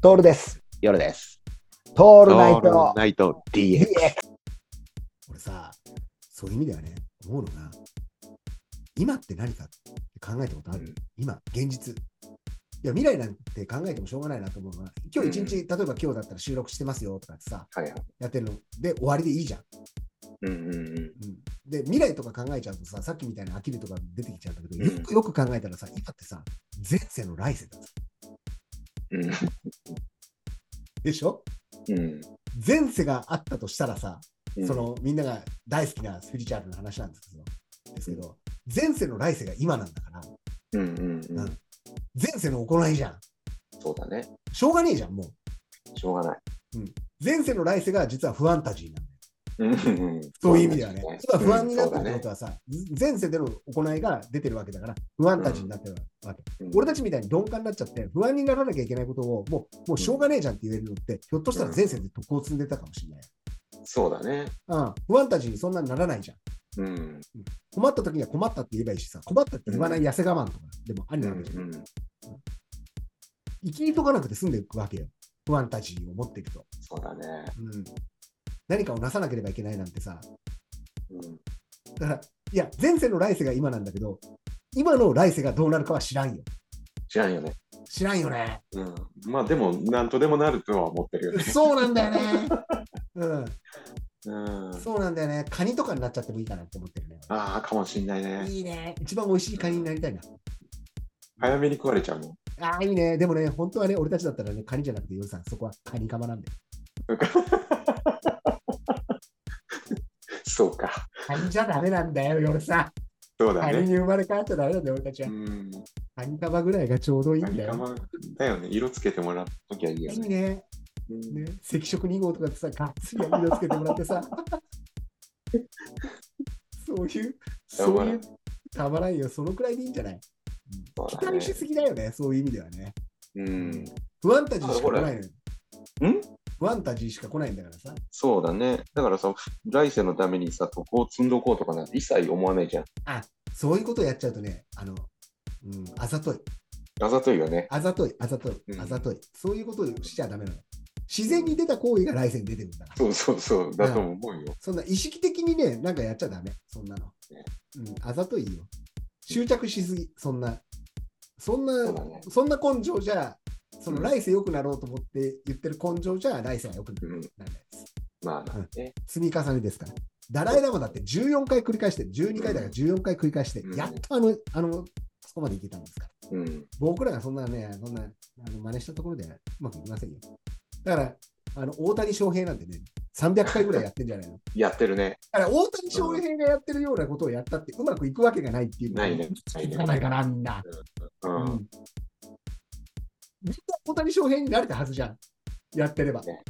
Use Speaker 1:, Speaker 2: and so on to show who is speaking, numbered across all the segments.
Speaker 1: トールです。
Speaker 2: 夜です。
Speaker 1: ト
Speaker 2: オ
Speaker 1: ールナイト
Speaker 2: ナイト DX。
Speaker 1: DX。
Speaker 3: 俺さ、そういう意味ではね、思うのが、今って何かって考えたことある、
Speaker 2: うん
Speaker 3: 今、現実。いや、未来なんて考えてもしょうがないなと思うのは、今日一日、例えば今日だったら収録してますよとかってさ、
Speaker 2: はいはい。
Speaker 3: やってるので終わりでいいじゃん。
Speaker 2: うんうんう
Speaker 3: う
Speaker 2: ん。
Speaker 3: んで、未来とか考えちゃうとさ、さっきみたいな飽きるとか出てきちゃうんだけど、
Speaker 2: うん
Speaker 3: よくよく考えたらさ、今ってさ、前世の来世ださ
Speaker 2: うん
Speaker 3: でしょ
Speaker 2: うん
Speaker 3: 前世があったとしたらさ、
Speaker 2: うん。
Speaker 3: そのみんなが大好きなスピリチュアルな話なんですけど、ですけど前世の来世が今なんだから、
Speaker 2: うんうんう
Speaker 3: うんん。前世の行いじゃん。
Speaker 2: そうだね。
Speaker 3: しょうがねえじゃん、もう。
Speaker 2: しょうがない。
Speaker 3: 前世の来世が実は不安タジーなんだよ。
Speaker 2: うんうんうん。
Speaker 3: そういう意味ではね。今不安になってるってこ
Speaker 2: うんそうだね
Speaker 3: とはさ、前世での行いが出てるわけだから、不安タジーになってるわけ。
Speaker 2: うん
Speaker 3: 俺たちみたいに鈍感になっちゃって、不安にならなきゃいけないことを、もう、もうしょうがねえじゃんって言えるのって、ひょっとしたら前世で徳を積んでたかもしれない。
Speaker 2: そうだね。
Speaker 3: うん、不安タジーにそんなにならないじゃん。
Speaker 2: うん。
Speaker 3: 困った時には困ったって言えばいいしさ、困ったって言わない痩せ我慢とか、でもあり
Speaker 2: う
Speaker 3: なんわけじゃん。
Speaker 2: うん。
Speaker 3: 生きとかなくて済んでいくわけよ。不安タジーを持っていくと。
Speaker 2: そうだね。
Speaker 3: うん、何かをなさなければいけないなんてさ、
Speaker 2: うん。
Speaker 3: だから、いや、前世の来世が今なんだけど、今の来世がどうなるかは知らんよ。
Speaker 2: 知らんよね。
Speaker 3: 知らんよね。
Speaker 2: うん。まあでも、なんとでもなるとは思ってるよね。
Speaker 3: そうなんだ よね。う
Speaker 2: うん
Speaker 3: ん、。そうなんだよね。カニとかになっちゃってもいいかなって思ってるね。
Speaker 2: ああ、かもしんないね。
Speaker 3: いいね。一番美味しいカニになりたいな。
Speaker 2: 早めに食われちゃうもん。
Speaker 3: ああ、いいね。でもね、本当はね、俺たちだったらね、カニじゃなくて、ヨルさん、そこはカニカマなんで。
Speaker 2: そうか。
Speaker 3: カニじゃダメなんだよ、ヨルさん。
Speaker 2: そうだ
Speaker 3: カニ
Speaker 2: ね。
Speaker 3: に生まれ変わっちゃダメなんだよ、俺たち
Speaker 2: う
Speaker 3: は。
Speaker 2: ん。
Speaker 3: カニカマぐらいがちょうどいいんだ
Speaker 2: 何か
Speaker 3: よ。
Speaker 2: まだよね。色つけてもらっときゃいいよ
Speaker 3: いい
Speaker 2: ね。
Speaker 3: ね。
Speaker 2: うん
Speaker 3: ね、赤色2号とかでさ、がっつり焼き色つけてもらってさ、そういう、そういう、たまらんよ、そのくらいでいいんじゃない
Speaker 2: そう
Speaker 3: 期
Speaker 2: だ
Speaker 3: 待
Speaker 2: ね
Speaker 3: しすぎだよね、そういう意味ではね。
Speaker 2: うん。
Speaker 3: 不安タジーしか来ないのよ。
Speaker 2: ん
Speaker 3: 不安タジーしか来ないんだからさ。
Speaker 2: そうだね。だからさ、来世のためにさ、徳を積んどこうとかなんて一切思わないじゃん。
Speaker 3: そういうことやっちゃうとね、あの、うん、あざとい、
Speaker 2: あざといよね。
Speaker 3: あざとい、あざとい、
Speaker 2: うん
Speaker 3: あざとい。そういうことをしちゃダメなの。自然に出た行為が来世に出てるんだから。
Speaker 2: そうそうそう、だと思うよ。
Speaker 3: そんな意識的にね、なんかやっちゃダメ、そんなの
Speaker 2: ね。
Speaker 3: うん、あざといよ。執着しすぎ、そんな。そん
Speaker 2: そ
Speaker 3: な
Speaker 2: う、だね。
Speaker 3: そんな根性じゃ、その
Speaker 2: うん
Speaker 3: 来世良くなろうと思って言ってる根性じゃ、来世は良くな
Speaker 2: うん、
Speaker 3: らないです。
Speaker 2: まあね。
Speaker 3: 積み重ねですから。ダライ・ラマだって14回繰り返して、12回だから14回繰り返して
Speaker 2: う、ん
Speaker 3: やっとあの、あの、そこまでいけたんですから。
Speaker 2: うん。
Speaker 3: 僕らがそんなね、そんな、あの真似したところでうまくいきませんよ。だから、あの、大谷翔平なんてね、300回ぐらいやってんじゃないの
Speaker 2: やってるね。
Speaker 3: だから大谷翔平がやってるようなことをやったってうまくいくわけがないっていうのが
Speaker 2: ないね。ない
Speaker 3: い
Speaker 2: ね
Speaker 3: か。ないかな、みんな。
Speaker 2: う。
Speaker 3: うんんみんな大谷翔平になれたはずじゃん。やってれば。っ
Speaker 2: ね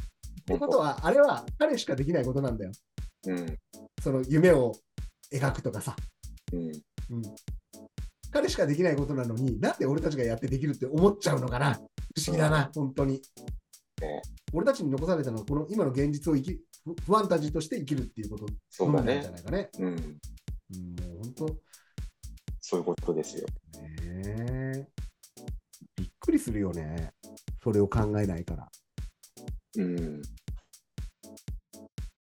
Speaker 3: てことは、あれは彼しかできないことなんだよ。
Speaker 2: うん。
Speaker 3: その夢を描くとかさ。
Speaker 2: うん。
Speaker 3: うん彼しかできないことなのに、なんで俺たちがやってできるって思っちゃうのかな。不思議だな、本当に。
Speaker 2: ね
Speaker 3: 俺たちに残されたのは、この今の現実を生き、フファンタジーとして生きるっていうこと
Speaker 2: そう
Speaker 3: な
Speaker 2: だ
Speaker 3: んじ
Speaker 2: ね
Speaker 3: ゃ。ないかね。
Speaker 2: うん。
Speaker 3: うん、もう本当。
Speaker 2: そういうことですよ。
Speaker 3: ねえびっくりするよね。それを考えないから。
Speaker 2: うん。